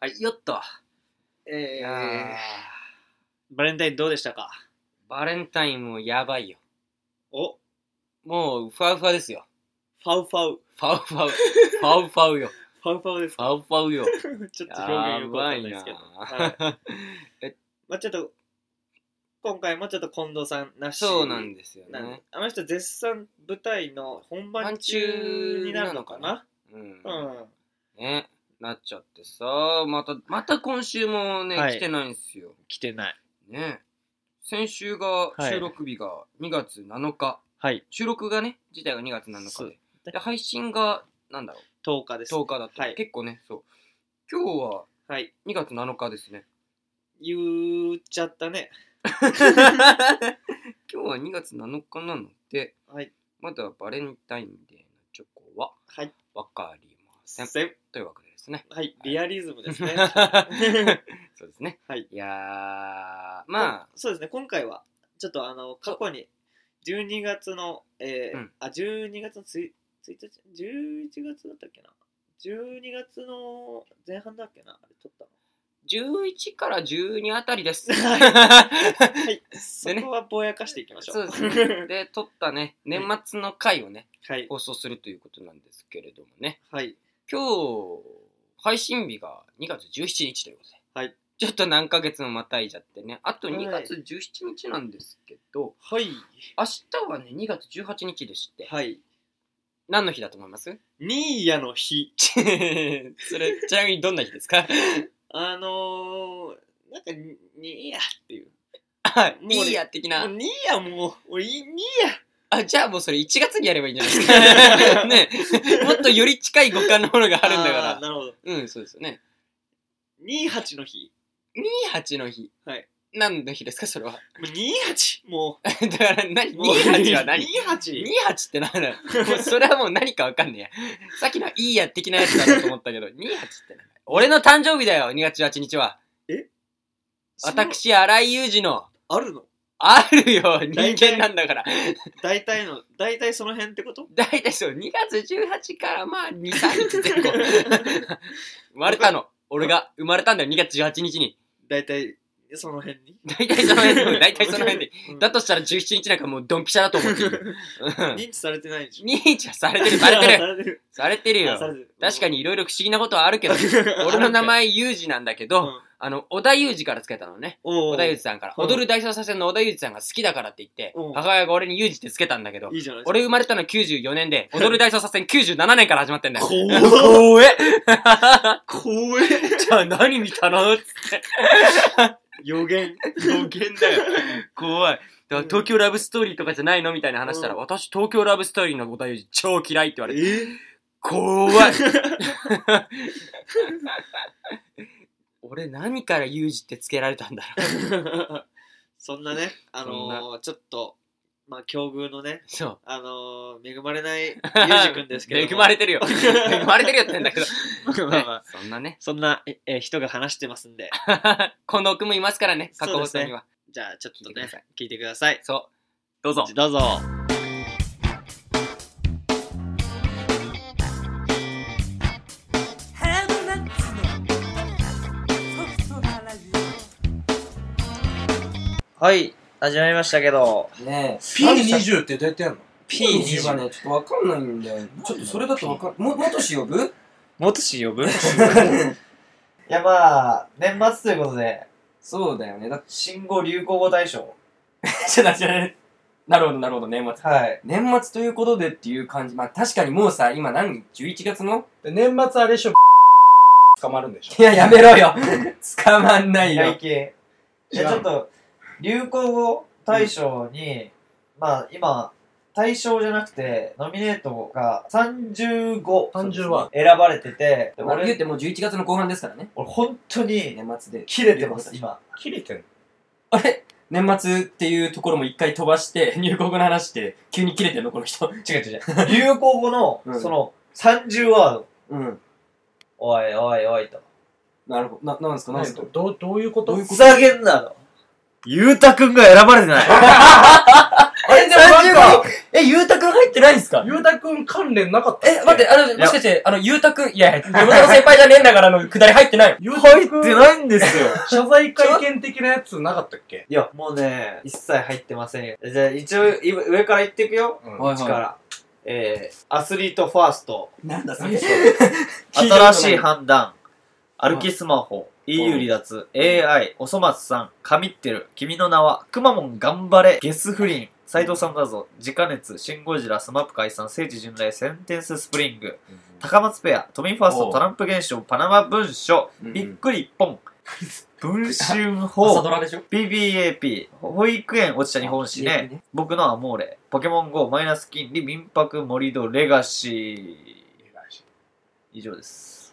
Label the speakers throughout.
Speaker 1: はい、よっと。
Speaker 2: え
Speaker 1: いやー
Speaker 2: ー、
Speaker 1: バレンタインどうでしたか
Speaker 2: バレンタインもやばいよ。
Speaker 1: おフ
Speaker 2: もう、ふわふわですよ。
Speaker 1: ァウファウ。
Speaker 2: ファウファウ。ファウファウよ。
Speaker 1: ファウファウです
Speaker 2: フ
Speaker 1: か
Speaker 2: ァウファウよ。
Speaker 1: ちょっと表
Speaker 2: や
Speaker 1: 現よくわ
Speaker 2: ば
Speaker 1: かん
Speaker 2: い
Speaker 1: ないです
Speaker 2: な
Speaker 1: けど。はい。まあちょっと、今回もちょっと近藤さんなし。
Speaker 2: そうなんですよ
Speaker 1: なんで
Speaker 2: ね。
Speaker 1: あの人絶賛舞台の本番
Speaker 2: 本番
Speaker 1: 中
Speaker 2: 中
Speaker 1: になるのかな
Speaker 2: うん。
Speaker 1: うん。
Speaker 2: ね。なっちゃってさ、また、また今週もね、
Speaker 1: はい
Speaker 2: 来てないんですよ。
Speaker 1: 来てない。
Speaker 2: ね。先週が、
Speaker 1: い
Speaker 2: 収録日が2月7日。
Speaker 1: はい。
Speaker 2: 収録がね、自体が2月7
Speaker 1: そ
Speaker 2: 日
Speaker 1: う
Speaker 2: で。で、配信が、なんだろう。
Speaker 1: 10日です。
Speaker 2: 10日だった、
Speaker 1: はい
Speaker 2: 結構ねそう今日は
Speaker 1: はい。
Speaker 2: 2月7日ですね
Speaker 1: 言っちゃったね。
Speaker 2: 今日は2月7日なので
Speaker 1: はい。
Speaker 2: まだバレンタインデーのチョコは
Speaker 1: はい。
Speaker 2: わかりません
Speaker 1: せん
Speaker 2: というわけでですね
Speaker 1: はい。リアリズムです ね。
Speaker 2: そうですね
Speaker 1: はい。
Speaker 2: いやー
Speaker 1: まあ
Speaker 2: まあ、
Speaker 1: そうですね、今回は、ちょっとあの、過去に、12月の、えー
Speaker 2: うん
Speaker 1: あ、12月のつい1日、11月だったっけな ?12 月の前半だっけなあれ撮ったの。
Speaker 2: 11から12あたりです
Speaker 1: はい、そこはぼやかしていきましょう。
Speaker 2: そうですねで撮ったね年末の回をね
Speaker 1: はい。
Speaker 2: 放送するということなんですけれどもね
Speaker 1: はい。
Speaker 2: 今日、配信日が2月17日ということで。
Speaker 1: はい。
Speaker 2: ちょっと何ヶ月もまたいじゃってね。あと
Speaker 1: はい
Speaker 2: 2月17日なんですけど、
Speaker 1: はい。
Speaker 2: 明日はね、2月18日でして、
Speaker 1: はい。
Speaker 2: 何の日だと思います
Speaker 1: ニーヤ の日。
Speaker 2: それ、ちなみにどんな日ですか
Speaker 1: あのー、なんかに、ニーヤっていう。
Speaker 2: あ、
Speaker 1: もう
Speaker 2: い
Speaker 1: 俺
Speaker 2: いや的
Speaker 1: もう
Speaker 2: な。
Speaker 1: ニーヤもう、俺、ニーヤ
Speaker 2: あ、じゃあもうそれ1月にやればいいんじゃないですかねもっとより近い五感のものがあるんだ
Speaker 1: あ
Speaker 2: か
Speaker 1: ーなるほど。
Speaker 2: ら。うん、そうですよね。
Speaker 1: 28の日。
Speaker 2: 28の日。
Speaker 1: はい。
Speaker 2: 何の日ですかそれは。
Speaker 1: もう28、もう。
Speaker 2: だから何、
Speaker 1: もう
Speaker 2: 28は何
Speaker 1: 28?
Speaker 2: 28ってなんだよ。 もうそれはもう何かわかんねえや。さっきのいいや的なやつだなと思ったけど、28ってなんだよ。俺の誕生日だよ、2月18日は。
Speaker 1: 私、
Speaker 2: 私、荒井裕二の、
Speaker 1: あるの
Speaker 2: あるよ、人間なんだから。
Speaker 1: 大体の、大体その辺ってこと
Speaker 2: だいたいそう、2月18からまあ、2、3日前後。 生まれたの。俺が生まれたんだよ、2月18日に。
Speaker 1: 大体、その辺に。
Speaker 2: だいたいその辺で、だいたいその辺で。
Speaker 1: うん
Speaker 2: だとしたら17日なんかもうドンピシャだと思ってる。うん。
Speaker 1: 認知されてないでしょ。
Speaker 2: 認知はされてる、されてる。
Speaker 1: されてる。
Speaker 2: されてる
Speaker 1: あされ
Speaker 2: よ。
Speaker 1: てる
Speaker 2: 確かにいろいろ不思議なことはある けど、
Speaker 1: うん
Speaker 2: 俺の名前、ユージなんだけ
Speaker 1: う
Speaker 2: ど、
Speaker 1: ん
Speaker 2: あの、小田ユージからつけたのね。
Speaker 1: お
Speaker 2: 小田ユージ
Speaker 1: ー
Speaker 2: さんから。
Speaker 1: うん
Speaker 2: 踊る大捜査線の小田ユージさんが好きだからって言って
Speaker 1: うん、
Speaker 2: 母親が俺にユージってつけたんだけど
Speaker 1: い、いじゃないですか。
Speaker 2: 俺生まれたの94年で、踊る大捜査線97年から始まってんだよ。
Speaker 1: 怖っ
Speaker 2: 怖え
Speaker 1: 怖え。
Speaker 2: じゃあ何見たの
Speaker 1: 予言。
Speaker 2: 予言だよ。怖い。だから東京ラブストーリーとかじゃないのみたいな話したら、
Speaker 1: うん
Speaker 2: 私東京ラブストーリーの小田ユージ超嫌いって言われて、
Speaker 1: え
Speaker 2: 怖い俺何からユージってつけられたんだろう。
Speaker 1: そんなね、あのー、ちょっと、まあ、境遇のね、
Speaker 2: そう。
Speaker 1: あのー、恵ま れないゆうじくんですけども。
Speaker 2: 恵まれてる よ。恵まれてるよって言うんだけど。
Speaker 1: まあまあ
Speaker 2: そんなね。
Speaker 1: そんな、ええ人が話してますん で、
Speaker 2: この奥もいますからね、過去放送には。
Speaker 1: じゃあ、ちょっと
Speaker 2: 聞いてくだ
Speaker 1: ね
Speaker 2: さい、
Speaker 1: 聞いてください。
Speaker 2: そう,、どうぞ。
Speaker 1: どうぞ。
Speaker 3: ハードナッツのソフトなラジオ
Speaker 1: はい、始まりましたけど、
Speaker 2: ねえ。
Speaker 4: P20 ってどうやってやるの
Speaker 2: P20 がね、ちょっとわかんないんだよ。ちょっとそれだとわかんも、もっとし呼ぶ
Speaker 1: 元氏呼ぶい や、まあ、年末ということで、
Speaker 2: そうだよ ね。だ
Speaker 1: 新語・流行語大賞。
Speaker 2: じゃな、じゃな、なるほど、なるほど、年末。
Speaker 1: はい。
Speaker 2: 年末ということでっていう感じ。まあ確かにもうさ、今何 ?11 月の
Speaker 4: で年末あれでしょ、捕まるんでしょ
Speaker 2: いや、やめろよ。 捕まんない
Speaker 1: 外
Speaker 2: よ。
Speaker 1: 形。じ
Speaker 4: 違う
Speaker 1: ゃあちょっと、流行語大賞に、まあ、今、大賞じゃなくて、ノミネートが35。
Speaker 4: 35
Speaker 1: 選ばれてて、で
Speaker 2: まあ言う
Speaker 1: 俺、
Speaker 2: てもう11月の後半ですからね。
Speaker 1: 俺本当に、
Speaker 2: 年末で。
Speaker 1: 切れてます、
Speaker 2: 流行語大賞
Speaker 1: 今。
Speaker 4: 切れてんの
Speaker 2: あれ年末っていうところも一回飛ばして、 入国の話して、急に切れてんのこの人。
Speaker 1: 違う違 う違う。流行語の
Speaker 2: う、ん
Speaker 1: その、30ワード。
Speaker 2: うん。
Speaker 1: おいおいおいと。
Speaker 2: なるほど。な、なんですか、なんですか。
Speaker 4: どうどういうこと
Speaker 2: どういう
Speaker 1: ふざけんなの。ゆうたくんが選ばれてない。あれでもなんか、え、
Speaker 2: え、ゆうたくん入ってないんすか
Speaker 4: ゆうたくん関連なかった
Speaker 2: え、待って、あの、
Speaker 1: や
Speaker 2: もしかして、あの、ゆうたくん、いや、山田先輩じゃねえんだから、あの、くだり入ってないの。
Speaker 4: ゆうた
Speaker 1: 入っ
Speaker 4: くん
Speaker 1: てないんですよ。
Speaker 4: 謝罪会見的なやつなかったっけ
Speaker 1: いや、もうね、一切入ってませんよ。じゃあ、一応、い上から言っていくよ。
Speaker 4: うん
Speaker 2: はいはい
Speaker 1: 力。えー、アスリートファースト。
Speaker 2: なんだ、それ。
Speaker 1: 新しい判断。歩きスマホ。EU 離脱。AI。おそ松さん。神ってる。君の名は。くまモン頑張れ。ゲス不倫。斎藤さんだぞ。自家熱。シンゴジラ。スマップ解散。聖地巡礼。センテンススプリング。高松ペア。トミーファース
Speaker 4: お
Speaker 1: ト。
Speaker 4: う
Speaker 1: トランプ現象。パナマ文書。
Speaker 4: うんうん
Speaker 1: びっくり一 本。文春
Speaker 2: 朝
Speaker 1: 法
Speaker 2: ド。ラでしょ
Speaker 1: BBAP。保育園落ちた日本史ね。僕のアモーレ。ポケモン GO。マイナス金利。民泊森戸。レガシー。以上です。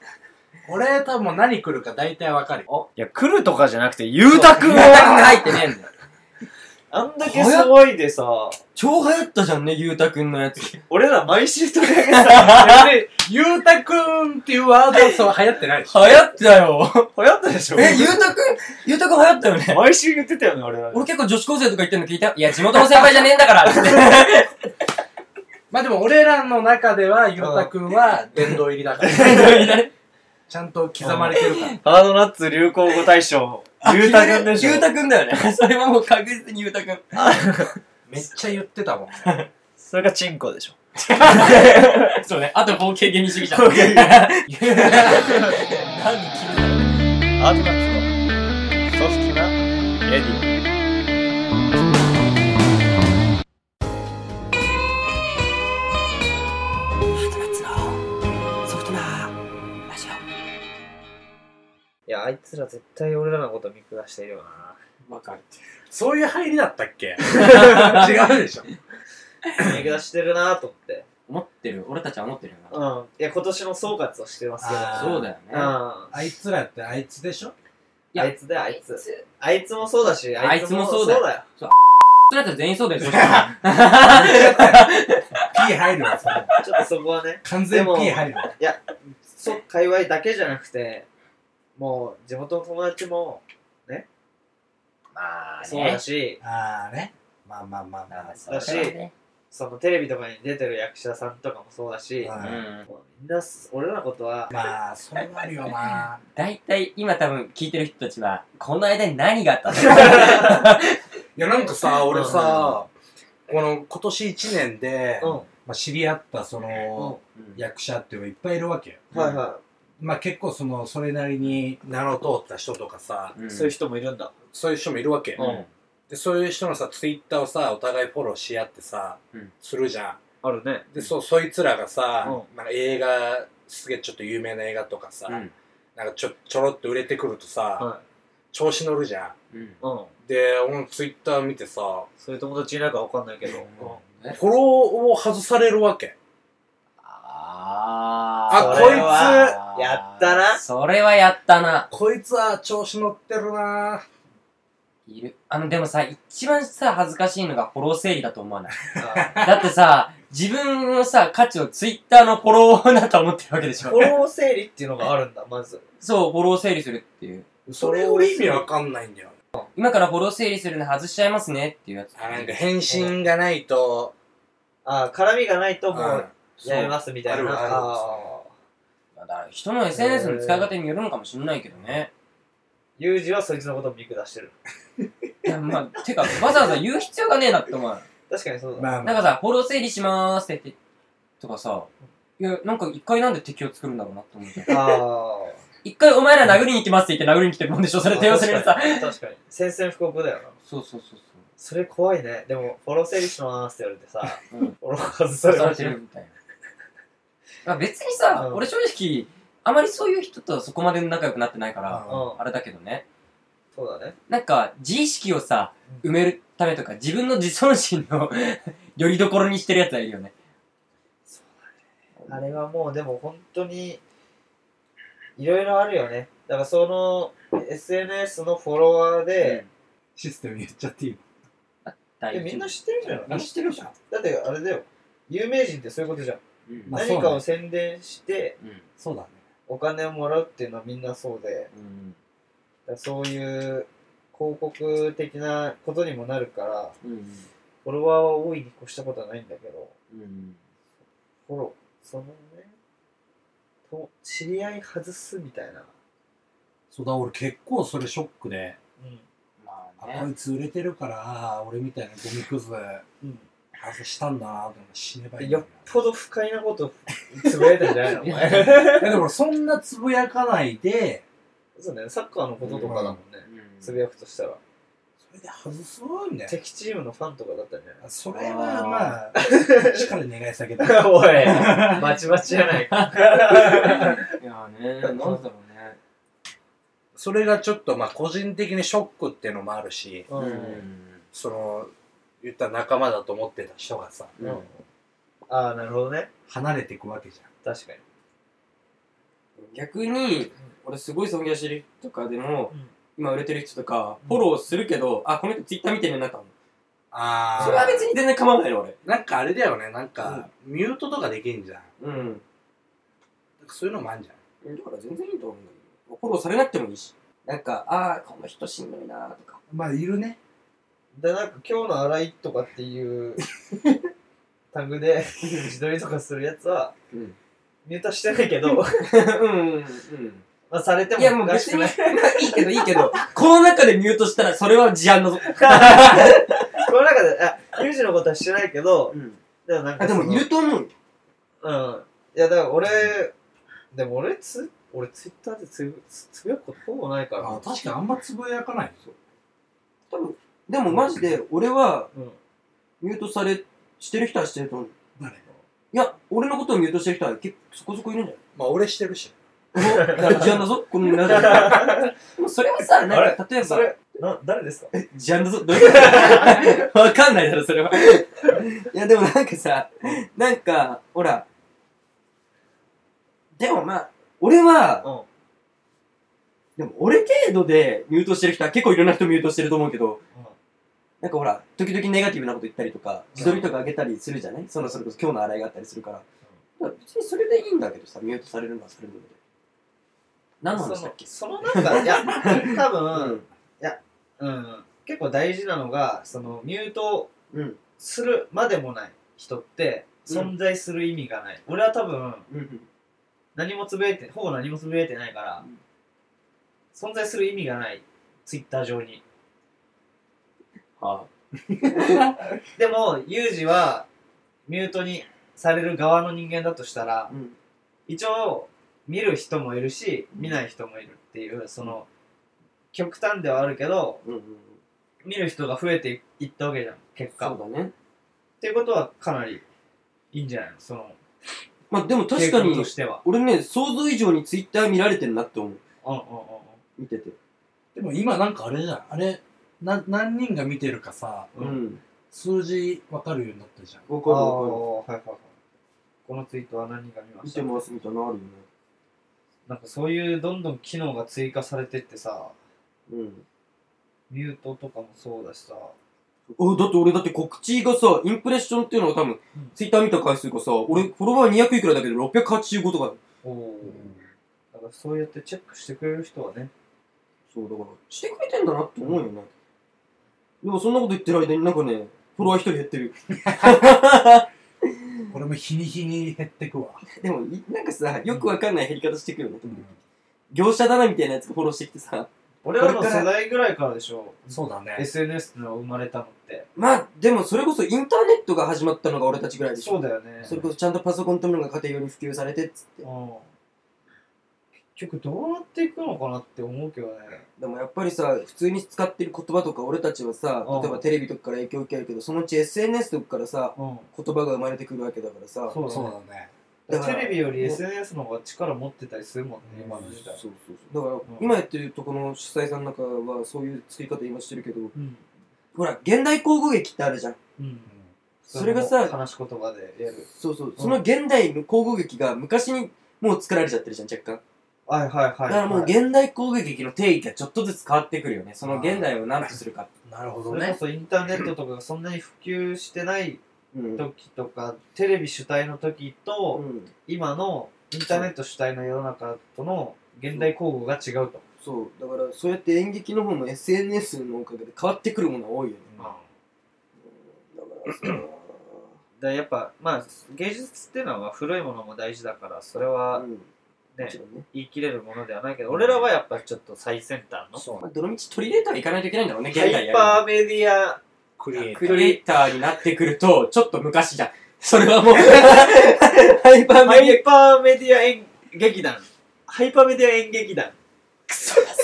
Speaker 4: これ多分何来るか大体わかるよ。
Speaker 1: いや、来るとかじゃなくて、ゆうたくんを
Speaker 2: ゆうたくん入ってねえんだよ。
Speaker 1: あんだけ騒いでさ、
Speaker 2: 超流行ったじゃんね、ゆうたくんのやつ。
Speaker 1: 俺ら毎週取り上げさ、
Speaker 4: で、ゆうたくんっていうワードはそう流行ってないでし
Speaker 2: 流
Speaker 4: ょ。
Speaker 2: 行ったよ。
Speaker 1: 流行ったでしょ
Speaker 2: え、ゆうたくん、ゆうたくん流行ったよね。
Speaker 1: 毎週言ってたよね、俺ら。
Speaker 2: 俺結構女子高生とか言ってんの聞いたいや、地元の先輩じゃねえんだから って。
Speaker 4: まあでも俺らの中ではゆうたくんは 殿堂入りだから。 ちゃんと刻まれてるから。
Speaker 1: ハードナッツ流行語大賞、ゆうたくんでしょ。
Speaker 2: ゆうたくんだよね。 それはもう確実にゆうたくん。
Speaker 4: めっちゃ言ってたもん。
Speaker 1: それがチンコでしょ。
Speaker 2: そうね。あと、包茎原理主義者。
Speaker 1: 包茎
Speaker 2: 何君
Speaker 1: ハードナッツの、ソフトな、エディ。
Speaker 2: ソフトなラジ
Speaker 1: いや、あいつら絶対俺らのこと見下してるよな。
Speaker 2: オ。わかる。
Speaker 4: そういう入りだったっけ違うでしょ。
Speaker 1: 見下してるなと思って。
Speaker 2: 思ってる。俺たちは思ってるよ
Speaker 1: うん。いや、今年の総括をしてますよ。
Speaker 4: あー
Speaker 2: な。そうだよ
Speaker 1: うん。
Speaker 2: ね。
Speaker 4: あいつらってあいつでしょ
Speaker 2: いや
Speaker 1: あいつだよ、あいつ。あいつもそうだし、
Speaker 2: あいつもそうだよ
Speaker 1: そうだよ。
Speaker 2: それだったら全員そうだよ。
Speaker 4: ピー入るわ、それ。
Speaker 1: ちょっとそこはね。
Speaker 4: 完全ピー入るわ。
Speaker 1: そう、界隈だけじゃなくて、もう地元の友達も
Speaker 2: まあね。
Speaker 1: そうだし、
Speaker 4: あーね。まあまあまあまあ。
Speaker 2: そうだね。
Speaker 1: そのテレビとかに出てる役者さんとかもそうだし、
Speaker 2: う
Speaker 4: うん
Speaker 2: ん。
Speaker 1: もうみんなす、俺らのことは、
Speaker 4: まあ、そうなるよな。
Speaker 2: 大体、今多分聞いてる人たちは、この間に何があったの
Speaker 4: いや、なんかさ、俺さ、この今年1年で、
Speaker 1: うん、
Speaker 4: まあ、知り合ったその、
Speaker 2: うん
Speaker 4: 役者っていうのがいっぱいいるわけよ。
Speaker 1: はいは
Speaker 4: まあ結構その、それなりに名の通った人とかさ、
Speaker 2: う
Speaker 1: い、
Speaker 2: ん
Speaker 1: そういう人もいるんだ。
Speaker 4: そういう人もいるわけ。
Speaker 1: うん
Speaker 4: で、そういう人のさ、ツイッターをさ、お互いフォローし合ってさ、
Speaker 2: うん
Speaker 4: するじゃん。
Speaker 1: あるね。
Speaker 4: で、そう、そいつらがさ、なんか映画、すげえちょっと有名な映画とかさ、
Speaker 2: うん。
Speaker 4: なんかちょ、ちょろっと売れてくるとさ、
Speaker 1: は
Speaker 4: 調子乗るじゃん。
Speaker 2: うん
Speaker 1: い。うん。
Speaker 4: で、俺のツイッター見てさ、
Speaker 1: そういう友達いないかわかんないけど、
Speaker 2: え
Speaker 4: フォローを外されるわけ。
Speaker 2: あー
Speaker 4: あ
Speaker 2: それは
Speaker 1: こいつやったな
Speaker 2: それはやったな。
Speaker 4: こいつは調子乗ってるなぁ。
Speaker 2: いる。あの、でもさ、一番さ、恥ずかしいのがフォロー整理だと思わない。
Speaker 1: あ
Speaker 2: だってさ、自分のさ、価値をツイッターのフォローだと思ってるわけでし
Speaker 1: フ
Speaker 2: ょ。
Speaker 1: ォロー整理っていうのがあるんだ、まず。
Speaker 2: そう、フォロー整理するっていう。
Speaker 4: それ俺意味わかんないんだよ。
Speaker 2: 今からフォロー整理するの外しちゃいますねっていうやつ。
Speaker 4: あ、なんか返信がないと、
Speaker 1: あ絡みがないと
Speaker 4: うん
Speaker 1: もう、やめますみたい
Speaker 4: そう
Speaker 1: な。
Speaker 4: あるある
Speaker 1: あー
Speaker 2: だから人の SNS の使い方によるのかもしれないけどね。
Speaker 1: ユージはそいつのことを見下してる。
Speaker 2: いや、まあ、て か、わざわざ言う必要がねえなって思う。
Speaker 1: 確かにそうだ。
Speaker 4: まあ
Speaker 2: な
Speaker 4: ま
Speaker 2: ん
Speaker 4: あ、
Speaker 2: かさ、フォロー整理しまーすって言って、とかさ、いや、なんか一回なんで敵を作るんだろうなって思うじゃん。
Speaker 1: あ あ。
Speaker 2: 一回お前ら殴りに行きますって言って殴りに来てるもんでしょそれ手をするのさ。
Speaker 1: 確かに。確かに。宣戦布告だよな。
Speaker 2: そうそうそう
Speaker 1: それ怖いね。でも、フォロー整理しまーすって言われてさ、
Speaker 2: そう。うん。
Speaker 1: フォロー外され
Speaker 2: さ
Speaker 1: ま
Speaker 2: れ
Speaker 1: してた。
Speaker 2: るみたいな。まあ別にさ、
Speaker 1: うん
Speaker 2: 俺正直、あまりそういう人とはそこまで仲良くなってないから、
Speaker 1: うん。
Speaker 2: あれだけどね。
Speaker 1: そうだね。
Speaker 2: なんか、自意識をさ、埋めるためとか、自分の自尊心の よりどころにしてるやつはいるよね。
Speaker 1: あれはもう、でも本当に、いろいろあるよね。だからその、SNS のフォロワーで、
Speaker 4: システム言っちゃっていい
Speaker 2: 大
Speaker 1: えみんな知ってるじゃん。
Speaker 2: みんな知ってるじゃん。
Speaker 1: だって、あれだよ。有名人ってそういうことじゃん。
Speaker 2: うん
Speaker 4: まあ
Speaker 1: 何かを宣伝して、
Speaker 2: うん
Speaker 4: そうだね。
Speaker 1: お金をもらうっていうのはみんなそうで、
Speaker 2: うん
Speaker 1: だからそういう、広告的なことにもなるから、
Speaker 2: うん
Speaker 1: フォロワーは多いに越したことはないんだけど、
Speaker 2: うん。
Speaker 1: フォロー、そのね、と知り合い外すみたいな。
Speaker 4: そうだ、俺結構それショックで、
Speaker 1: うん。
Speaker 2: ま
Speaker 4: あ、
Speaker 2: あ
Speaker 4: こ
Speaker 2: ね。
Speaker 4: いつ売れてるから、あー俺みたいなゴミクズ、
Speaker 1: うん
Speaker 4: 外したんだなって死ねばいい
Speaker 1: で
Speaker 4: ん
Speaker 1: よ
Speaker 4: だよ
Speaker 1: っぽど不快なことつぶやいたんじゃないのお前。
Speaker 4: な。いやでもそんなつぶやかないで、
Speaker 1: そうね、サッカーのこととかだもんね。つぶやくとしたら。
Speaker 4: それで外そうみたいな。
Speaker 1: 敵チームのファンとかだったんじゃない
Speaker 4: それはま あ、力で願い下げ だ。
Speaker 1: おい、 バチバチじゃないか。
Speaker 2: いやね、なんだろうね。
Speaker 4: それがちょっとまあ個人的にショックっていうのもあるし、
Speaker 1: う
Speaker 4: その、言ったら仲間だと思ってた人がさ、
Speaker 2: うん。
Speaker 1: ああ、なるほどね。
Speaker 4: 離れていくわけじ
Speaker 1: 確かに。
Speaker 2: 逆に、俺すごい尊敬してる人とかでも、
Speaker 1: うん
Speaker 2: 今売れてる人とか、フォローするけど、あ、この人ツイッター見てねえなと思う。
Speaker 4: ゃん。あ
Speaker 2: それは別に全然構わないの、俺。
Speaker 4: なんかあれだよね、なんか、ミュートとかできんじゃん。
Speaker 2: うん。
Speaker 4: なんかそういうのもあるじゃん。
Speaker 2: だから全然いいと思うんだけど。フォローされなくてもいいし。なんか、ああ、この人しんどいなーとか。
Speaker 4: まあ、いるね。
Speaker 1: で、なんか今日の洗いとかっていう タグで自撮りとかするやつは、
Speaker 2: うん。
Speaker 1: ミュートしてないけど、
Speaker 2: うん、うん、うん。
Speaker 1: まあされて
Speaker 2: いや、
Speaker 1: も
Speaker 2: も
Speaker 1: お
Speaker 2: う
Speaker 1: か
Speaker 2: 別
Speaker 1: しく
Speaker 2: に、
Speaker 1: ない
Speaker 2: い。 いけど、いいけど、この中でミュートしたら、それは事案の。
Speaker 1: この中で、あ、ユージのことはしてないけど、
Speaker 2: うん。
Speaker 1: でもなん
Speaker 2: あ、
Speaker 1: か
Speaker 2: で
Speaker 1: その
Speaker 2: も言うと思うよ。
Speaker 1: うん。いや、だから俺、でも俺つ、俺ツイッターでつぶつつぶやくことほぼないから。
Speaker 4: あ確かにあんまつぶやかないよ。
Speaker 2: 多分、でもマジで、俺は、
Speaker 1: うん。
Speaker 2: ミュートされ、してる人はしてると思う。
Speaker 4: 誰が
Speaker 2: いや、俺のことをミュートしてる人は結構そこそこいるんじ
Speaker 4: まあ、俺してるし。
Speaker 2: ゃないだから事案だぞ、このラジオ。でもそれはさ、なんか、例え
Speaker 1: そ
Speaker 2: ば、
Speaker 1: れ、な、誰ですか
Speaker 2: 事案だぞ、どういうこと わかんないだろ、それは。いや、でもなんかさ、なんか、ほら、でもまあ、俺は、
Speaker 1: う
Speaker 2: で
Speaker 1: ん。
Speaker 2: も俺程度でミュートしてる人は結構いろんな人ミュートしてると思うけど、
Speaker 1: うん
Speaker 2: なんかほら、時々ネガティブなこと言ったりとか、自撮りとか上げたりするじゃないそのそれこそ今日の洗いがあったりするから。だから別にそれでいいんだけどさ、ミュートされるのはそれので。何の話だっけ
Speaker 1: そのそのなんか、いや、多分、
Speaker 2: う
Speaker 1: うん、結構大事なのが、その、ミュート
Speaker 2: ん。うん。
Speaker 1: するまでもない人って、存在する意味がない。俺は多分、
Speaker 2: うん。
Speaker 1: 何もつぶやいて、ほぼ何もつぶやいてないから、
Speaker 2: うん
Speaker 1: 存在する意味がない、ツイッター上に。
Speaker 2: は
Speaker 1: でも、ユージは、ミュートにされる側の人間だとしたら
Speaker 2: あ。、うん。
Speaker 1: 一応見る人もいるし見ない人もいるっていうその極端ではあるけど
Speaker 2: うんうん。
Speaker 1: 見る人が増えていったわけじゃん結果っ
Speaker 2: そうだね。
Speaker 1: ていうことはかなりいいんじゃないのその
Speaker 2: まあでも確か
Speaker 1: 傾向
Speaker 2: に
Speaker 1: と、しては
Speaker 2: 俺ね、想像以上にツイッター見られてるなって思う。
Speaker 1: うんうんうん
Speaker 2: 見てて。
Speaker 4: でも今なんかあれじゃん。あれ、な何人が見てるかさ、
Speaker 1: うん
Speaker 2: ん。
Speaker 4: 数字わかるようになったじゃん。
Speaker 2: わ
Speaker 1: あ
Speaker 2: かる
Speaker 1: あ
Speaker 2: わか
Speaker 1: はいはいはいこのツイートは何人か見
Speaker 2: る。
Speaker 1: ま
Speaker 2: 見
Speaker 1: した
Speaker 2: てますみたいなのあるよね。
Speaker 1: なんかそういうどんどん機能が追加されてってさ
Speaker 2: うん。
Speaker 1: ミュートとかもそうだしさ
Speaker 2: あ、だって俺だって告知がさ、インプレッションっていうのが多分、
Speaker 1: ん
Speaker 2: ツイッター見た回数がさ、俺フォロワー200いくらだけど685とかだよ。
Speaker 1: おおだからそうやってチェックしてくれる人はね
Speaker 2: そう、だから、してくれてんだなって思うよね。でもそんなこと言ってる間になんかね、フォロワー一人減ってる。
Speaker 4: 俺も日に日に減ってくわ。
Speaker 2: でもい、なんかさ、よくわかんない減り方してくるよね。業者だなみたいなやつがフォローしてきてさ。
Speaker 1: 俺らの世代ぐらいからでしょ
Speaker 4: そうだね。
Speaker 1: SNS ってのが生まれたのって
Speaker 2: まあ、でもそれこそインターネットが始まったのが俺たちぐらいでし
Speaker 1: そ
Speaker 2: ょ。
Speaker 1: うだよね。
Speaker 2: それこそちゃんとパソコンとものが家庭用に普及されてっつって。
Speaker 1: うん結局どうなっていくのかなって思うけどね。
Speaker 2: でもやっぱりさ、普通に使ってる言葉とか俺たちはさ
Speaker 1: うん、
Speaker 2: 例えばテレビとかから影響を受けるけど、そのうち SNS とかからさ、
Speaker 1: うん。
Speaker 2: 言葉が生まれてくるわけだからさ。
Speaker 1: そうだ
Speaker 4: そう
Speaker 1: ね。
Speaker 4: だ
Speaker 2: だ
Speaker 4: ね。
Speaker 2: から
Speaker 1: テレビより SNS の方が力持ってたりするもんね、今の時代。
Speaker 2: そうそうそうだから、
Speaker 1: うん
Speaker 2: 今やってるとこの主催さんの中はそういう作り方今してるけど、
Speaker 1: うん。
Speaker 2: ほら、現代口語劇ってあるじゃん。
Speaker 1: うん。
Speaker 2: それがさ、
Speaker 1: 話し言葉でやる。
Speaker 2: そうそう、その現代の口語劇が昔にもう作られちゃってるじゃん、若干。
Speaker 1: はいはいはい。
Speaker 2: だからもう
Speaker 1: はい
Speaker 2: 現代口語劇の定義がちょっとずつ変わってくるよね。その現代を何とするか。
Speaker 4: なるほ
Speaker 1: そ
Speaker 4: ど
Speaker 1: れこ
Speaker 4: ね。
Speaker 1: そインターネットとかがそんなに普及してない
Speaker 2: うん。
Speaker 1: 時とか、テレビ主体の時
Speaker 2: う
Speaker 1: と、
Speaker 2: ん
Speaker 1: 今のインターネット主体の世の中との現代交互が違うと。
Speaker 2: そう、だからそうやって演劇の方も SNS のおかげで変わってくるものは多いよね。
Speaker 1: うん
Speaker 2: だから、その
Speaker 1: だからやっぱ、まあ、芸術っていうのは古いものも大事だから、それ
Speaker 2: う
Speaker 1: は
Speaker 2: ん
Speaker 1: ね
Speaker 2: も、ちろんね。
Speaker 1: 言い切れるものではないけど、俺らはやっぱちょっと最先端の、
Speaker 4: そう
Speaker 2: まあ、どの道取り入れてはいかないといけないんだろうね、現
Speaker 1: ハ
Speaker 2: 代や
Speaker 1: イパーメディア、
Speaker 4: クリエイター
Speaker 2: クリエイターになってくると、ちょっと昔じ ゃん。それはもう、ハイパー
Speaker 1: ハ
Speaker 2: メディ
Speaker 1: イパーメディア演劇団、ハイパーメディア演劇団、くそ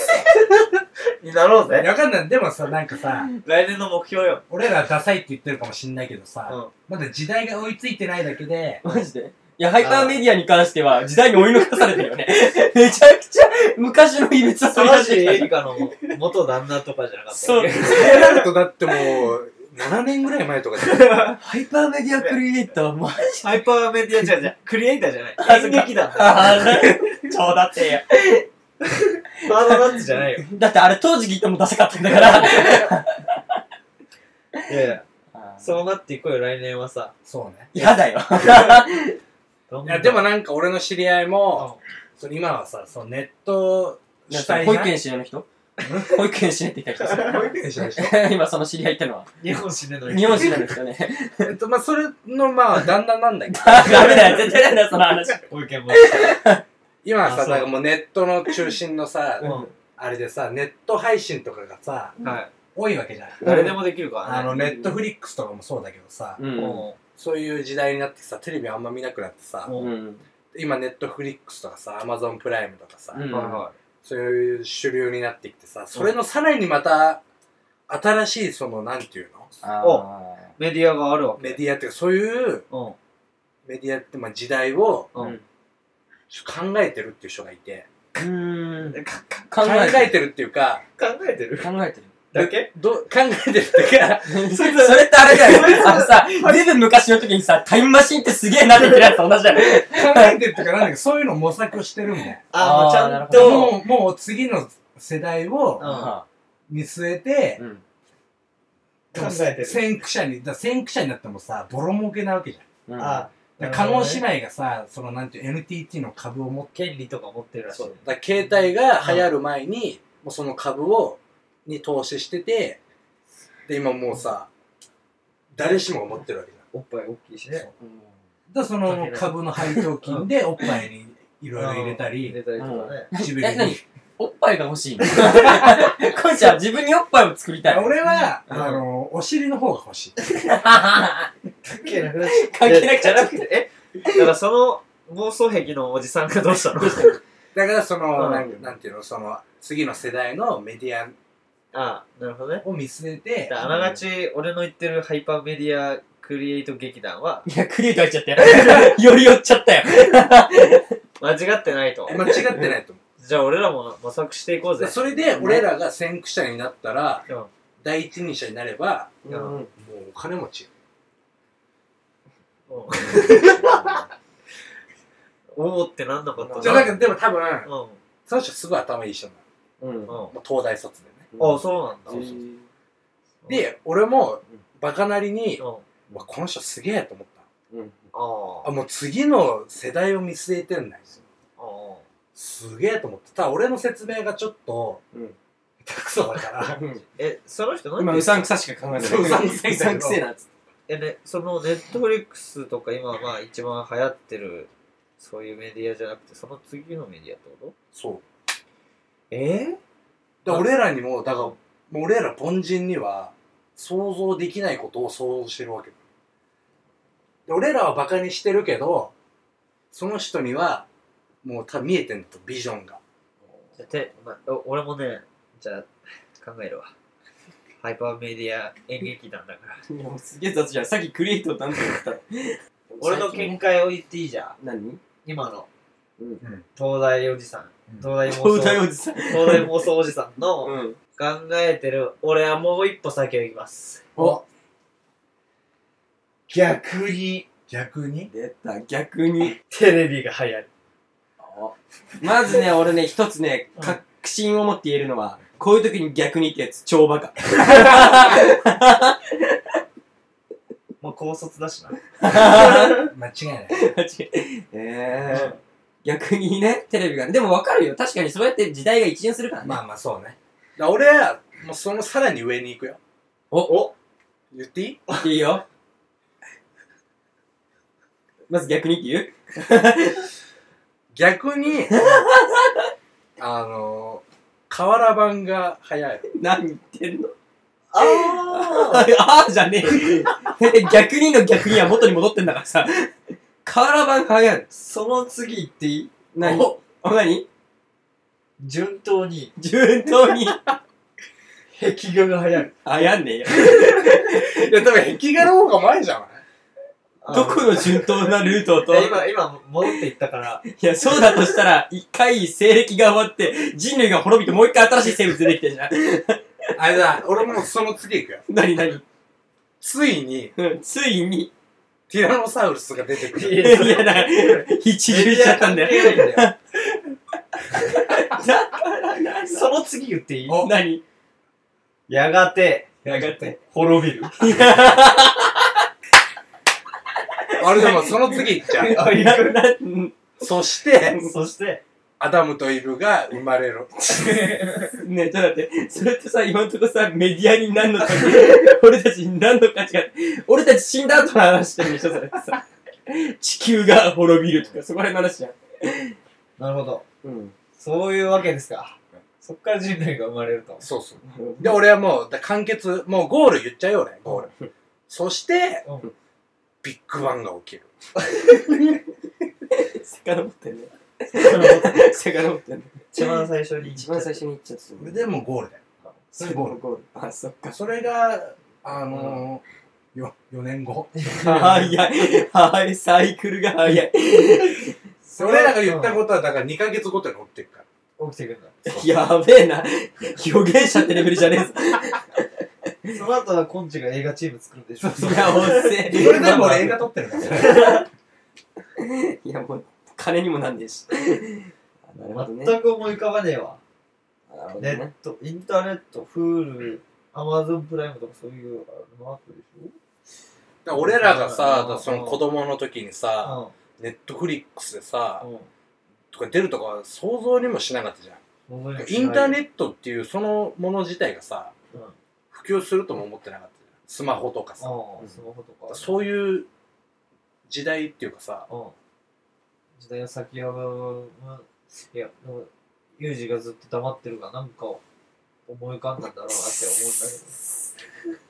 Speaker 1: になろう
Speaker 4: いや
Speaker 1: ぜ。
Speaker 4: わかんない。でもさ、なんかさ、
Speaker 1: 来年の目標よ。
Speaker 4: 俺らダサいって言ってるかもしんないけどさ、
Speaker 1: う
Speaker 4: まだ時代が追いついてないだけで、
Speaker 2: ア。マジで。いや、ハイパーメディアに関しては、時代に追い抜かされてる よね。めちゃくちゃ、昔の秘密は
Speaker 1: ん。
Speaker 2: 取
Speaker 1: ソ
Speaker 2: り出
Speaker 1: ラ
Speaker 2: し
Speaker 1: シ
Speaker 2: てきた
Speaker 1: エリカの元旦那とかじゃなかった
Speaker 2: そう。
Speaker 4: そうなるとだってもう、7年ぐらい前とかで、
Speaker 2: ハイパーメディアクリエイター、マジで。
Speaker 1: ハイパーメディアじゃじゃクリエイターじゃない。演劇団。ハ
Speaker 2: あーちょうだってや。
Speaker 1: ードナッツじゃないよ。
Speaker 2: だってあれ当時聞いてもダサかったんだから。
Speaker 1: いやいや、そうなっていこうよ、来年はさ。
Speaker 4: そうね。
Speaker 2: 嫌 だよ。
Speaker 1: どんどん
Speaker 4: いや、でもなんか俺の知り合いも、
Speaker 1: う
Speaker 4: その今はさ、そのネット主体
Speaker 2: 保育園知らない人保育園知らないって言った人
Speaker 4: 保育園したでしょ
Speaker 2: さ 今その知り合いってのは、
Speaker 1: ん日本死ねの
Speaker 2: 日本知らない人ね。
Speaker 4: えっ と、まあ、それの、まあ、旦那なんだけど、
Speaker 2: ダメだよ、 絶対なんだよ、その話。
Speaker 1: ご意見も。
Speaker 4: 今は
Speaker 1: あ
Speaker 4: さ、
Speaker 1: そう
Speaker 4: なんかもうネットの中心のさ、
Speaker 1: うん
Speaker 4: あれでさ、ネット配信とかがさ、
Speaker 1: はい。
Speaker 4: 多いわけじゃん。
Speaker 1: 誰でもできるか
Speaker 4: あ
Speaker 1: らね。
Speaker 4: の、ネットフリックスとかもそうだけどさ、
Speaker 2: うん
Speaker 1: も
Speaker 4: そういう時代になってさ、テレビあんま見なくなってさ
Speaker 1: う、、もう、
Speaker 2: うん。
Speaker 4: 今ネットフリックスとかさ、アマゾンプライムとかさ、
Speaker 2: うん
Speaker 1: はいは
Speaker 4: そういう主流になってきてさ、それのさらにまた、新しいその、なんていうの
Speaker 2: あ
Speaker 1: おい。メディアがあるわけ。
Speaker 4: メディアっていうか、そういう
Speaker 1: うん。
Speaker 4: メディアって、まあ、時代を
Speaker 2: ー
Speaker 1: うん
Speaker 4: 考えてるっていう人がいて、
Speaker 2: うーん。
Speaker 1: かか
Speaker 2: 考
Speaker 4: 考
Speaker 2: え
Speaker 4: え
Speaker 2: て
Speaker 4: てるっていうか、
Speaker 1: 考えてる
Speaker 2: る。考えてる。
Speaker 1: だけ
Speaker 4: ど考えてるっていうか、
Speaker 2: それってあれだよ。あのさ、ずいぶん昔の時にさ、タイムマシンってすげえなって言ってるやつと同じだよ。
Speaker 4: 考えてるっていうか、なんだけど、そういうの模索してるんだよ。
Speaker 1: あ
Speaker 2: あー
Speaker 1: あ、もうちゃん
Speaker 2: ど
Speaker 1: と。
Speaker 4: もう、もう次の世代を見据えて、
Speaker 2: ん。
Speaker 1: うん考えてる
Speaker 4: 先駆者に、だから先駆者になってもさ、ボロ儲けなわけじゃん。
Speaker 2: うん
Speaker 1: あ、
Speaker 4: だ
Speaker 1: な
Speaker 4: から
Speaker 1: るほど
Speaker 4: 加納
Speaker 1: ね
Speaker 4: 姉妹がさ、そのなんていう NTT の株を持って、
Speaker 1: 権利とか持ってるらしい。
Speaker 4: だから携帯が流行る前に、もうその株を、に投資してて、で、今もうさ、誰しもが持ってるわけじゃん。
Speaker 1: おっぱい大きいし
Speaker 4: そ
Speaker 1: ね。
Speaker 4: うだからその株の配当金でおっぱいにいろいろ入れ た
Speaker 1: 入
Speaker 4: り
Speaker 1: れ、たりとかね。
Speaker 4: 唇
Speaker 2: え、な
Speaker 4: に
Speaker 2: に。おっぱいが欲 しいのこいちゃん、自分におっぱいを作りたい。
Speaker 4: 俺は、
Speaker 1: うん
Speaker 4: あの、お尻の方が欲しい。
Speaker 1: 関係なくなっ
Speaker 2: 関係なく
Speaker 1: じ
Speaker 2: ち
Speaker 1: ゃ
Speaker 2: ゃ
Speaker 1: なくて、えだからその妄想癖のおじさんがどうしたの
Speaker 4: だからその、
Speaker 1: うん
Speaker 4: なんなんていうの、その、次の世代のメディア
Speaker 1: ああ、なるほどね。
Speaker 4: を見据えて、
Speaker 1: あながち、俺の言ってるハイパーメディアクリエイト劇団は、
Speaker 2: いや、クリエイト入っちゃ ったよ。より寄っちゃったよ。
Speaker 1: 間違ってないと。
Speaker 4: 間違ってないと思
Speaker 1: じゃあ俺らも模索していこう
Speaker 4: う。で
Speaker 1: ぜ。
Speaker 4: それで、俺らが先駆者になったら、
Speaker 1: うん
Speaker 4: 第一人者になれば、
Speaker 1: う
Speaker 4: もうお金持ち
Speaker 1: う
Speaker 4: よ。
Speaker 1: んおおってなんなかった
Speaker 4: じゃあ、なんかでも多分、
Speaker 1: うん。うん。
Speaker 4: その人すごい頭いい人な
Speaker 2: うん。
Speaker 1: あ
Speaker 4: の。東大卒でね。
Speaker 1: あ、そうなんだ。
Speaker 2: そうそう
Speaker 1: うん、
Speaker 4: で、俺も
Speaker 2: うん、
Speaker 4: バカなりに、
Speaker 1: うん。
Speaker 4: うわこの人すげえと思った。
Speaker 2: そう。
Speaker 1: あ
Speaker 4: あ、もう次の世代を見据えてんない
Speaker 1: あ。あ
Speaker 4: すげえと思って。ただ俺の説明がちょっと、
Speaker 2: うん
Speaker 4: 下手くそ だから。
Speaker 1: え、その人何
Speaker 2: 今、うさんくさしか考えてない。
Speaker 4: うさんくさ
Speaker 2: う
Speaker 4: いんだけど
Speaker 2: さんくせえなっつって。
Speaker 1: え、ね、そのネットフリックスとか今まあ一番流行ってる、そういうメディアじゃなくて、その次のメディアってこと
Speaker 4: そう。
Speaker 1: え
Speaker 4: だから俺らにも、だから、もう俺ら凡人には、想像できないことを想像してるわけ。で俺らはバカにしてるけど、その人には、もう多分見えてんだと、ビジョンが。
Speaker 1: ー、て、まあ、お俺もね、じゃあ考えるわ。ハイパーメディア演劇団だから。
Speaker 2: いや、もうすげえ雑じゃん。さっきクリエイトなんて言ったら。
Speaker 1: 俺の見解を言っていいじゃん。
Speaker 2: 何
Speaker 1: 今の。
Speaker 2: うん
Speaker 1: 東大おじさん。
Speaker 4: うん
Speaker 1: 東大妄想。
Speaker 2: 東大おじさん。
Speaker 1: 東大妄想おじさんの、
Speaker 2: ん。
Speaker 1: 考えてる俺はもう一歩先を行きます
Speaker 2: お
Speaker 1: 逆に
Speaker 4: 逆に
Speaker 2: 出た、逆に。
Speaker 1: テレビが流行る
Speaker 2: まずね、俺ね、一つね、
Speaker 1: うん
Speaker 2: 確信を持って言えるのは、こういう時に逆にってやつ、超バカ。
Speaker 1: もう高卒だしな
Speaker 4: 間違いない。
Speaker 2: えー逆にね、テレビが。でもわかるよ。確かにそうやって時代が一巡するからね。
Speaker 4: まあまあそうね。だから俺は、もうそのさらに上に行くよ。
Speaker 2: お、
Speaker 4: 言っていい
Speaker 2: いいよ。まず逆にって言う
Speaker 4: 逆に、あの、瓦版が早い。
Speaker 2: 何言ってるのあーあーじゃねえよ逆にの逆には元に戻ってんだからさ。カラバン早い。
Speaker 1: その次言っていい
Speaker 2: 何
Speaker 4: お
Speaker 2: あ、何
Speaker 1: 順当に
Speaker 2: 順当に。
Speaker 1: 壁画が早い。
Speaker 2: あやんねえよ。
Speaker 4: いや、多分壁画の方が前じゃない
Speaker 2: どこの順当なルートをと。
Speaker 1: いや今、今、戻っていったから。
Speaker 2: いや、そうだとしたら、一回西暦が終わって、人類が滅びてもう一回新しい生物出てきてんじゃん。
Speaker 4: あれだ、俺もその次行くよ。
Speaker 2: 何何
Speaker 4: ついに、
Speaker 2: うん、ついに。
Speaker 4: ティラノサウルスが出てく
Speaker 2: い
Speaker 4: る。
Speaker 2: や、だから、一流しちゃったんだよ。
Speaker 1: よ。
Speaker 2: だからな、
Speaker 1: その次言っていい
Speaker 4: お
Speaker 2: 何
Speaker 1: やがて、
Speaker 2: やがて。
Speaker 1: 滅びる。
Speaker 4: あれでもその次行っちゃう。
Speaker 1: あいく
Speaker 2: なうん
Speaker 4: そして、
Speaker 1: そして、
Speaker 4: アダムとイブが生まれる。
Speaker 2: ねえ、ちょっと待って、それってさ、今んとこさ、メディアに何の 価値俺たちに何の価値が、俺たち死んだ後の話してるんでしょ、それってさ。地球が滅びるとか、そこら辺の話じゃん。
Speaker 1: なるほど。
Speaker 2: うん。
Speaker 1: そういうわけですか。そっから人類が生まれると。
Speaker 4: そうそう。で、俺はもう、だ完結、もうゴール言っちゃうよ、俺、ゴール。そして、
Speaker 1: うん
Speaker 4: ビッグバンが起きる。
Speaker 2: 遡ってんね。遡ってんね。
Speaker 1: 一番最初に
Speaker 2: 一番最初に言っちゃった。
Speaker 4: でもゴールだよ。
Speaker 2: それゴールゴール。あ、そっか。
Speaker 4: それが、あのー、よ、4年後。
Speaker 2: 早い。はい、サイクルが早い。
Speaker 1: そ
Speaker 4: 俺らが言ったことは、だから2ヶ月ごとに起きてるから。
Speaker 1: と。起きてくるんだ。
Speaker 2: やべえな。予言者ってレベルじゃねえぞ。
Speaker 1: その後はコンチが映画チーム作るんでしょ。
Speaker 2: いや、おっせえ。
Speaker 4: それでも俺映画撮ってるから。
Speaker 2: いや、もう、金にもなんねえし。あなるほどね。
Speaker 1: 全く思い浮かばねえわ。
Speaker 2: なるほど
Speaker 1: ネッ
Speaker 2: ね。
Speaker 1: ト、インターネット、フール、アマゾンプライムとかそういうあのアプリでし
Speaker 4: だから俺らがさ、
Speaker 1: うん
Speaker 4: だからその子供の時にさ、
Speaker 1: ょ
Speaker 4: ネットフリックスでさ、
Speaker 1: うん。うん。
Speaker 4: とか出るとかは想像にもしなかったじゃん。インターネットっていうそのもの自体がさ、
Speaker 1: うん
Speaker 4: 普及するとも思ってなかったじゃん。スマホとかさ。
Speaker 1: うん、スマホとか。
Speaker 4: そういう時代っていうかさ、
Speaker 1: うん。時代は先ほど、いや、でも、ユージがずっと黙ってるから、なんか思い浮かんだんだろうなって思うんだけど。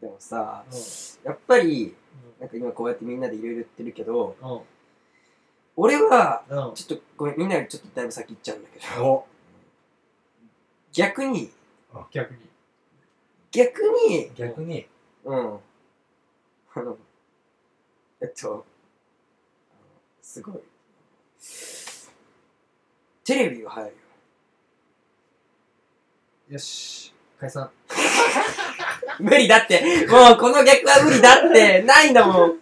Speaker 2: でもさ、
Speaker 1: う
Speaker 2: やっぱり、
Speaker 1: ん
Speaker 2: なんか今こうやってみんなでいろいろ言ってるけど、
Speaker 1: うん。
Speaker 2: 俺は、
Speaker 1: うん。うん。
Speaker 2: ちょっとごめん、みんなよりちょっとだいぶ先行っちゃうんだけど、
Speaker 4: お
Speaker 2: 逆に、
Speaker 1: 逆 に。
Speaker 2: 逆に、
Speaker 4: 逆に、
Speaker 2: うん。 あの、えっと、あのすごい。テレビが入るよ。
Speaker 1: よし。解散。
Speaker 2: 無理だってもうこの逆は無理だってないんだもん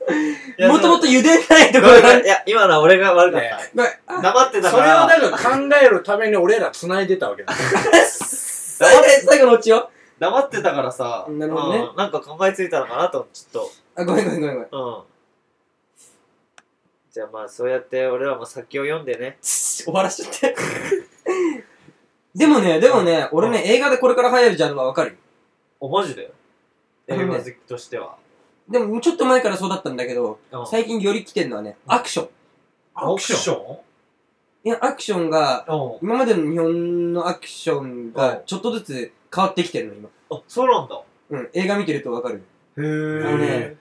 Speaker 2: もともと茹でないところが。
Speaker 1: いや、今のは俺が悪かっ
Speaker 4: ね
Speaker 2: ごめん
Speaker 1: た。
Speaker 2: あ
Speaker 1: 黙ってた
Speaker 4: そ
Speaker 1: か
Speaker 4: れを
Speaker 1: ら。
Speaker 4: だから考えるために俺ら繋いでたわけだ。
Speaker 2: 最後最後のオチよ。
Speaker 1: 黙ってたからさ、
Speaker 2: なるほどね
Speaker 1: うんなんか考えついたのかなと、ちょっ
Speaker 2: あ、ごめんごめんごめんごめん。
Speaker 1: と。うん。じゃあまあ、そうやって俺らも先を読んでね。
Speaker 2: 終わらしちゃって。でもね、でもね、俺ね、映画でこれから流行るジャンルはわかるよ。
Speaker 1: お、マジだよ。
Speaker 2: あ
Speaker 1: 映
Speaker 2: のね
Speaker 1: 画好きとしては。
Speaker 2: でも、ちょっと前からそうだったんだけど、
Speaker 1: うん
Speaker 2: 最近より来てるのはね、アクション。
Speaker 1: アクション
Speaker 2: いや、アクションが、
Speaker 1: うん。
Speaker 2: 今までの日本のアクション
Speaker 1: う
Speaker 2: が
Speaker 1: ん、
Speaker 2: ちょっとずつ変わってきてるの、今。
Speaker 1: あ、そうなんだ。
Speaker 2: うん、映画見てるとわかる。
Speaker 1: へ
Speaker 2: あのね
Speaker 1: ぇ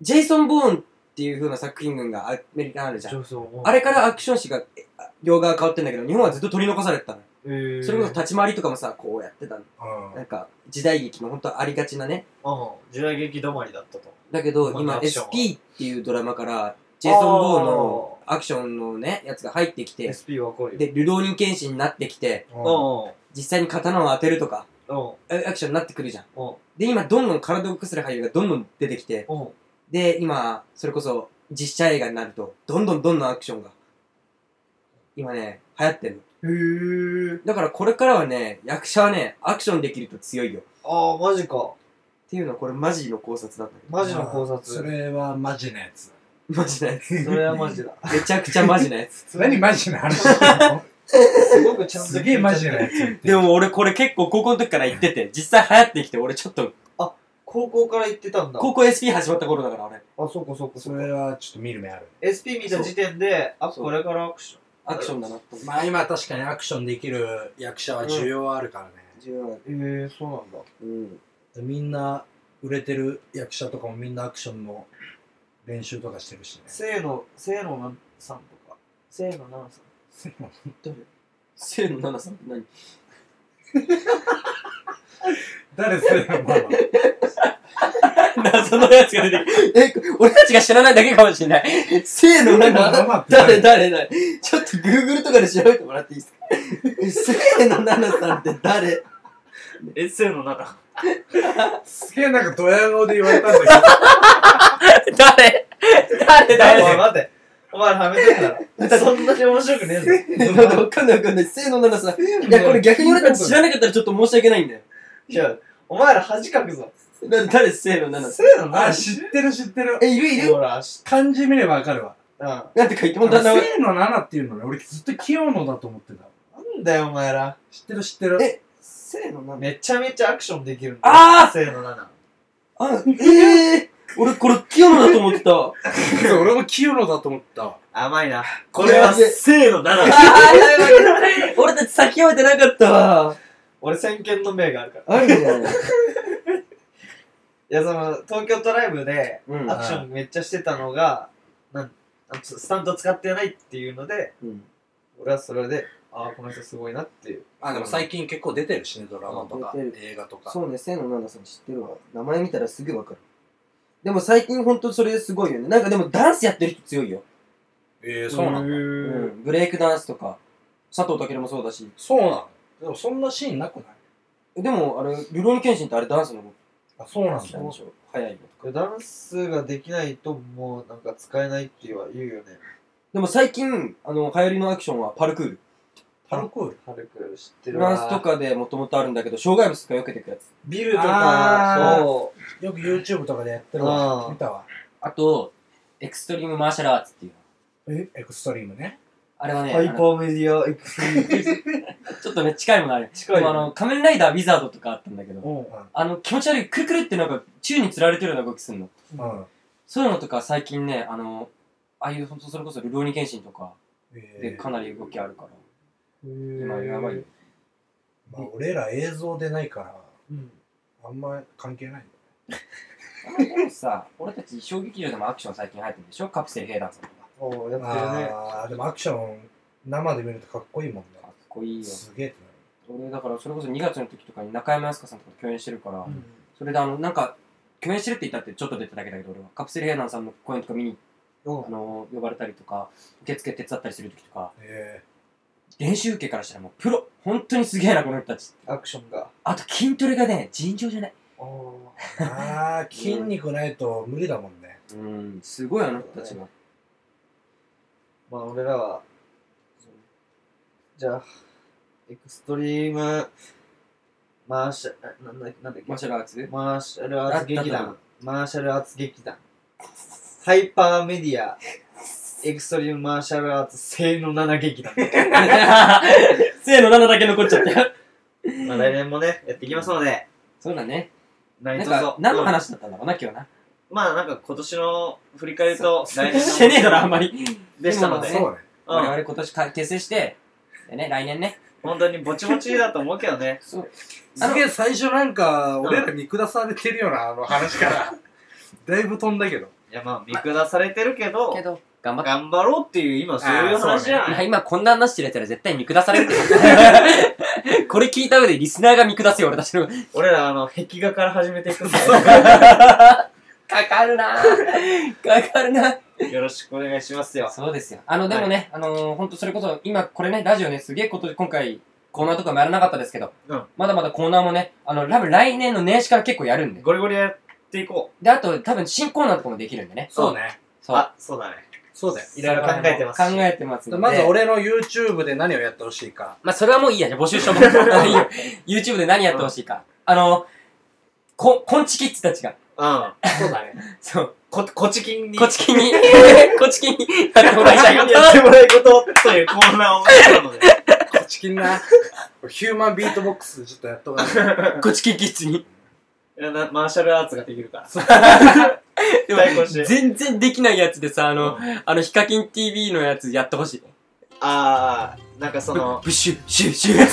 Speaker 2: ジェイソン・ボーンっていう風な作品群がアメリカにあるじゃん。
Speaker 1: ー。
Speaker 2: あれからアクション誌が、えあ両側変わってんだけど、日本はずっと取り残されてたの。
Speaker 1: へー、
Speaker 2: それこそ立ち回りとかもさ、こうやってたの。
Speaker 4: う
Speaker 2: なんんか、時代劇の本当はありがちなね。
Speaker 1: うん。時代劇止まりだったと。
Speaker 2: だけど、
Speaker 1: まあ
Speaker 2: 今
Speaker 1: アクションは
Speaker 2: SP っていうドラマから、ジェイソン・ボーのアクションのね、やつが入ってきて、
Speaker 1: SP わかるよ。
Speaker 2: で、流浪人剣士になってきて、
Speaker 1: うん。う
Speaker 2: 実際に刀を当てるとか、
Speaker 1: ん。
Speaker 2: あアクションになってくるじゃん。
Speaker 1: うん。
Speaker 2: で、今、どんどん体を動かせる俳優がどんどん出てきて、
Speaker 1: うん。
Speaker 2: で、今、それこそ、実写映画になると、どんどんどんどんアクションが、今ね、流行ってる
Speaker 1: へー。
Speaker 2: の。だからこれからはね、役者はね、アクションできると強いよ。っ
Speaker 1: ああ、マジか。
Speaker 2: ていうのはこれマジの考察だったけど。
Speaker 1: マジの考察。
Speaker 4: それはマジなやつ。
Speaker 2: マジなやつ。
Speaker 1: それはマジだ。
Speaker 2: めちゃくちゃマジなや つ。
Speaker 4: 何マジな話して んの
Speaker 1: すごくちゃんと。
Speaker 4: すげえマジなやつ言ってる。
Speaker 2: でも俺これ結構高校の時から言ってて、実際流行ってきて、俺ちょっと、
Speaker 1: あ、高校から行ってたんだ。
Speaker 2: 高校 SP 始まった頃だから、俺。
Speaker 4: あ、そうかそうか。それはちょっと見る目ある。
Speaker 1: SP 見た時点で、あ、これからアクション。
Speaker 2: アクションだなと思って。
Speaker 4: まあ今確かにアクションできる役者は需要はあるからね。ええそうなんだ。
Speaker 2: うん。
Speaker 4: みんな売れてる役者とかもみんなアクションの練習とかしてるしね。
Speaker 1: せーの、せーのなんさんとか、せーのなんさん。
Speaker 2: せーの、ななさんって何
Speaker 4: 誰それママ。
Speaker 2: 謎のやつが出てくる。え、俺たちが知らないだけかもしれない。せーのな
Speaker 4: ママ
Speaker 2: な
Speaker 4: っ、て
Speaker 2: 誰
Speaker 4: 誰
Speaker 2: 誰誰ちょっと Google とかで調べてもらっていいですかせーのななさんって誰
Speaker 1: え、せーのなんか。
Speaker 4: すげえなんかドヤ顔で言われたんだ けど。
Speaker 2: 誰誰
Speaker 1: お
Speaker 2: 誰
Speaker 1: い、待て。お前らはめてんだろ。そんなに面白くねえぞ。
Speaker 2: わかんないわかんない。せーのななさん。いや、これ逆に俺たち知らなかったらちょっと申し訳ないんだよ。
Speaker 1: い や、お前ら恥かくぞ。
Speaker 2: な誰せーのななさ
Speaker 1: せ
Speaker 2: ん。
Speaker 1: ーのな
Speaker 4: あ、
Speaker 1: んさ
Speaker 4: 知ってる知ってる。
Speaker 2: え、いるい
Speaker 1: ん。
Speaker 2: る
Speaker 1: ほら、し
Speaker 4: 漢字見ればわかるわ。
Speaker 1: うん。な
Speaker 2: なんて書いて
Speaker 4: あ
Speaker 2: も
Speaker 4: の
Speaker 2: だんだん。
Speaker 4: 清野七っていうのね、俺ずっと清野だと思ってた。
Speaker 1: んだよ、お前ら。
Speaker 4: 知ってる知ってる。
Speaker 2: えせーのなな
Speaker 1: めちゃめちゃアクションできるんだよ。
Speaker 2: あー
Speaker 1: せーのなんなん。
Speaker 2: あ、ええー、俺これ清野だと思ってた。あ
Speaker 4: 俺も清野だと思ったわ。
Speaker 1: 甘いな。
Speaker 2: これは
Speaker 1: せーのなんなん。
Speaker 2: あ、やばいやばい 俺たち先読めてなかったわ。
Speaker 1: 俺先見の明があるから。
Speaker 2: あるね。
Speaker 1: いや、その、東京ドライブで、
Speaker 2: うん
Speaker 1: アクションめっちゃしてたのが、なんあのスタンド使ってないっていうので、
Speaker 2: うん
Speaker 1: 俺はそれで、ああ、この人すごいなっていう。
Speaker 4: あ、でも最近結構出てるしね、ドラマとか
Speaker 2: あ出て、
Speaker 4: 映画とか。
Speaker 2: そうね、清野奈々さん知ってるわ。名前見たらすぐわかる。でも最近ほんとそれすごいよね。なんかでもダンスやってる人強いよ。
Speaker 4: ええそうなんだ。
Speaker 2: う
Speaker 1: だ。
Speaker 2: ん。ブレイクダンスとか、佐藤健もそうだし。
Speaker 4: そうなの。でもそんなシーンなくない
Speaker 2: でも、あれ、ルローニケンシンってあれダンスのこと
Speaker 4: あ、そうなん
Speaker 2: なんでしょ早いよ。
Speaker 1: ダンスができないと、もうなんか使えないっていうは言うよね。
Speaker 2: でも最近、あの、流行りのアクションはパルクール。
Speaker 4: パルクール
Speaker 1: はるく知って
Speaker 2: フ
Speaker 1: る
Speaker 2: ラ
Speaker 1: わ。
Speaker 2: ンスとかでもともとあるんだけど、障害物とか避けていくやつ。
Speaker 1: ビルと
Speaker 4: あ
Speaker 1: か、
Speaker 4: ー
Speaker 1: そ
Speaker 4: よく YouTube とかでやってる
Speaker 1: あ
Speaker 4: わ。
Speaker 1: ー
Speaker 4: 見たわ。
Speaker 2: あと、エクストリームマーシャルアーツっていうの。
Speaker 4: えエクストリームね。
Speaker 2: あれは
Speaker 1: う。
Speaker 2: ね、
Speaker 1: ハイ
Speaker 2: あ
Speaker 1: パ
Speaker 2: の
Speaker 1: ーメディアエクスプリー
Speaker 2: ちょっとね、近いものある。
Speaker 1: 近い
Speaker 2: でもあ
Speaker 1: よね。
Speaker 2: の、仮面ライダーウィザードとかあったんだけど、
Speaker 4: うん。うん。
Speaker 2: あの、気持ち悪い、くるくるってなんか、宙に釣られてるような動きすんの。そういうのとか最近ね、あの、ああいう、ほんとそれこそ、ルローニケンシンとかで
Speaker 4: えー
Speaker 2: かなり動きあるから、今
Speaker 1: 今
Speaker 2: やばいよ。。
Speaker 4: まあ、俺ら映像でないから、
Speaker 1: うん。
Speaker 4: あんま関係ない。
Speaker 2: あでもさ、俺たち小劇場でもアクション最近入ってるでしょカプセル兵団さんとか。
Speaker 1: おうやってるね。
Speaker 4: あー、でもアクション、生で見るとかっこいいもん
Speaker 2: か
Speaker 4: ね
Speaker 2: っ。こいいよ。
Speaker 4: すげえってなる。
Speaker 2: 俺、だからそれこそ2月の時とかに中山康香さんとかと共演してるから、
Speaker 1: うん
Speaker 2: それであの、なんか、共演してるって言ったってちょっと出ただけだけど、俺は。カプセル兵団さんの公演とか見に、
Speaker 1: うん
Speaker 2: あの、呼ばれたりとか、受付手伝ったりする時とか、
Speaker 4: え
Speaker 2: 練習受けからしたらもうプロ本当にすげえな、この人たち。
Speaker 1: アクションが。
Speaker 2: あと筋トレがね、尋常じゃない。
Speaker 1: あー
Speaker 4: えあー、筋肉ないと無理だもんね。
Speaker 2: うん、すごいあの人たちが。
Speaker 1: まあ俺らは、じゃあ、エクストリーム、マーシャ、ななんだなんだっけ
Speaker 2: マーシャルアーツ
Speaker 1: マーシャルアーツ劇
Speaker 2: あだっ
Speaker 1: 団、マーシャルアーツ劇団、ハイパーメディア、エクストリームマーシャルアーツ性の7 劇団。
Speaker 2: せーの7だけ残っちゃったよ。
Speaker 1: まあ来年もね、やっていきますので、
Speaker 2: そうだね。な
Speaker 1: 何
Speaker 2: ん
Speaker 1: 卒
Speaker 2: か、何の話だったんだろうな、今日な。
Speaker 1: うんまあなんか今年の振り返りと来年の
Speaker 2: してねえだろ、あんまり。
Speaker 1: でしたので、
Speaker 2: で
Speaker 1: う
Speaker 2: も
Speaker 1: ん
Speaker 4: そうね。
Speaker 2: 我々今年か結成して、でね、来年ね。
Speaker 1: 本当にぼちぼちだと思うけどね。
Speaker 2: そう。あ
Speaker 4: す
Speaker 2: の
Speaker 4: げえ最初なんか、俺ら見下されてるよな、あの話から。 だいぶ飛んだけど。
Speaker 1: いやまあ見下されてるけど
Speaker 2: け、ど、頑張っ
Speaker 1: 頑張ろうっていう今そういう話じゃ
Speaker 2: い
Speaker 1: な
Speaker 2: や
Speaker 1: い。
Speaker 2: 今こんな話してるやつら絶対見下されるけど これ聞いた上でリスナーが見下すよ、俺たちの。か
Speaker 1: 俺らあの、壁画から始めていくんで、
Speaker 2: かるなぁ。かかるな
Speaker 1: よろしくお願いしますよ。
Speaker 2: そうですよ。あの、でもね、あのー、ほんとそれこそ、今これね、ラジオね、すげえことで今回、コーナーとかもやらなかったですけど、
Speaker 1: うん
Speaker 2: まだまだコーナーもね、あの、多分来年の年始から結構やるんで。
Speaker 1: ゴリゴリやっていこう。
Speaker 2: で、あと、多分新コーナーとかもできるんでね。
Speaker 4: そうね。
Speaker 2: そう。
Speaker 1: あ、そうだね。
Speaker 4: そうだよ。
Speaker 1: いろいろ考えてますし
Speaker 2: 考えてますんで。
Speaker 4: まず、俺の YouTube で何をやってほしいか。
Speaker 2: まあ、それはもういいや、じゃあ募集しとこう。いいよ YouTube で何やってほしいか。あの、こ、こんちキッズたちが、
Speaker 1: うん。
Speaker 4: そうだね。
Speaker 2: そう、
Speaker 1: こ、こちきんに。
Speaker 2: こちき に、こちきにやってもらいたい
Speaker 1: やってもらいことというコーナーをしたので。
Speaker 4: こ ちきんな。ヒューマンビートボックスちょっとやっとかない
Speaker 2: こちきキッズに。
Speaker 1: やなマーシャルアーツができるから。
Speaker 2: でも
Speaker 1: 対抗して
Speaker 2: 全然できないやつでさ、あの、
Speaker 1: う
Speaker 2: あの、ヒカキン TV のやつやってほしいね。
Speaker 1: あー、なんかその、
Speaker 2: ブシュッ、シュッ、シュッ。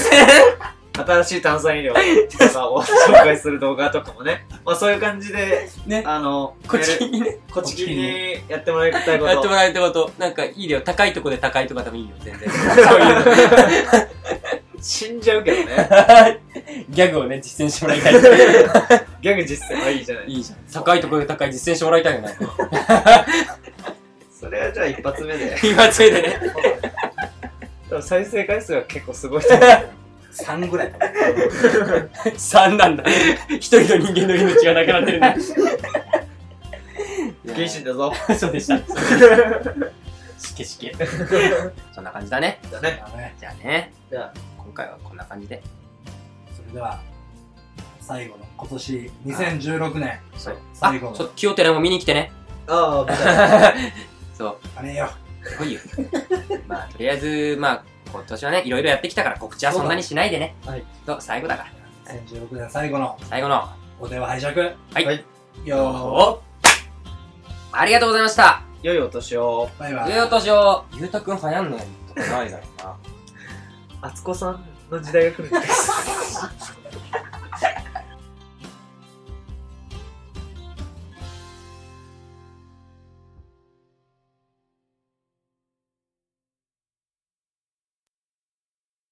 Speaker 1: 新しい炭酸飲料とかを紹介する動画とかもね。まあそういう感じで、
Speaker 2: ね
Speaker 1: あの、
Speaker 2: こっち
Speaker 1: やる
Speaker 2: にね、
Speaker 1: こっちきにやってもらいたいこ
Speaker 2: やっても
Speaker 1: と。
Speaker 2: らえるってこと。なんかいいよ。高いとこで高いとかでもいいよ、全 然。
Speaker 1: 死んじゃうけ どね。
Speaker 2: ギャグをね、実践してもらいたい。
Speaker 1: ギャグ実践はいいじゃない。
Speaker 2: いいじゃん。高いところで高い実践してもらいたい よね。
Speaker 1: それはじゃあ一発目で。
Speaker 2: 今ついでね。
Speaker 1: 多分再生回数は結構すごいと思う。
Speaker 4: 3ぐらいだ
Speaker 2: 3なんだ。一人の人間の命がなくなってるん だ。
Speaker 1: 不謹慎だ ぞ。
Speaker 2: そうでした。しけしけ。そんな感じだね。
Speaker 1: だね。
Speaker 4: ね。
Speaker 2: じゃあね。
Speaker 1: じゃ
Speaker 2: 今回はこんな感じで。
Speaker 4: それでは、最後の、今年2016年、
Speaker 2: そう。あ、
Speaker 4: 最
Speaker 2: ち
Speaker 4: 後
Speaker 2: ょ
Speaker 4: の
Speaker 2: っと清寺も見に来てね。
Speaker 1: ああ、みたいな。
Speaker 2: そう。
Speaker 4: あれよ。
Speaker 2: すご いよ。まあ、とりあえず、まあ、今年はね、いろいろやってきたから告知はそんなにしないでね。
Speaker 4: そうだね
Speaker 2: そう最後だから。
Speaker 4: 2016年最後の、
Speaker 2: 最後の。
Speaker 4: お手は拝借。
Speaker 2: はい
Speaker 1: はい
Speaker 4: よ
Speaker 2: おありがとうございました。
Speaker 1: 良いお年を。
Speaker 4: ー。バイバイ。
Speaker 2: ゆうとしを、ゆうたくん流行んのやとかないだろうな。
Speaker 1: あつこさんの時代が来るんです。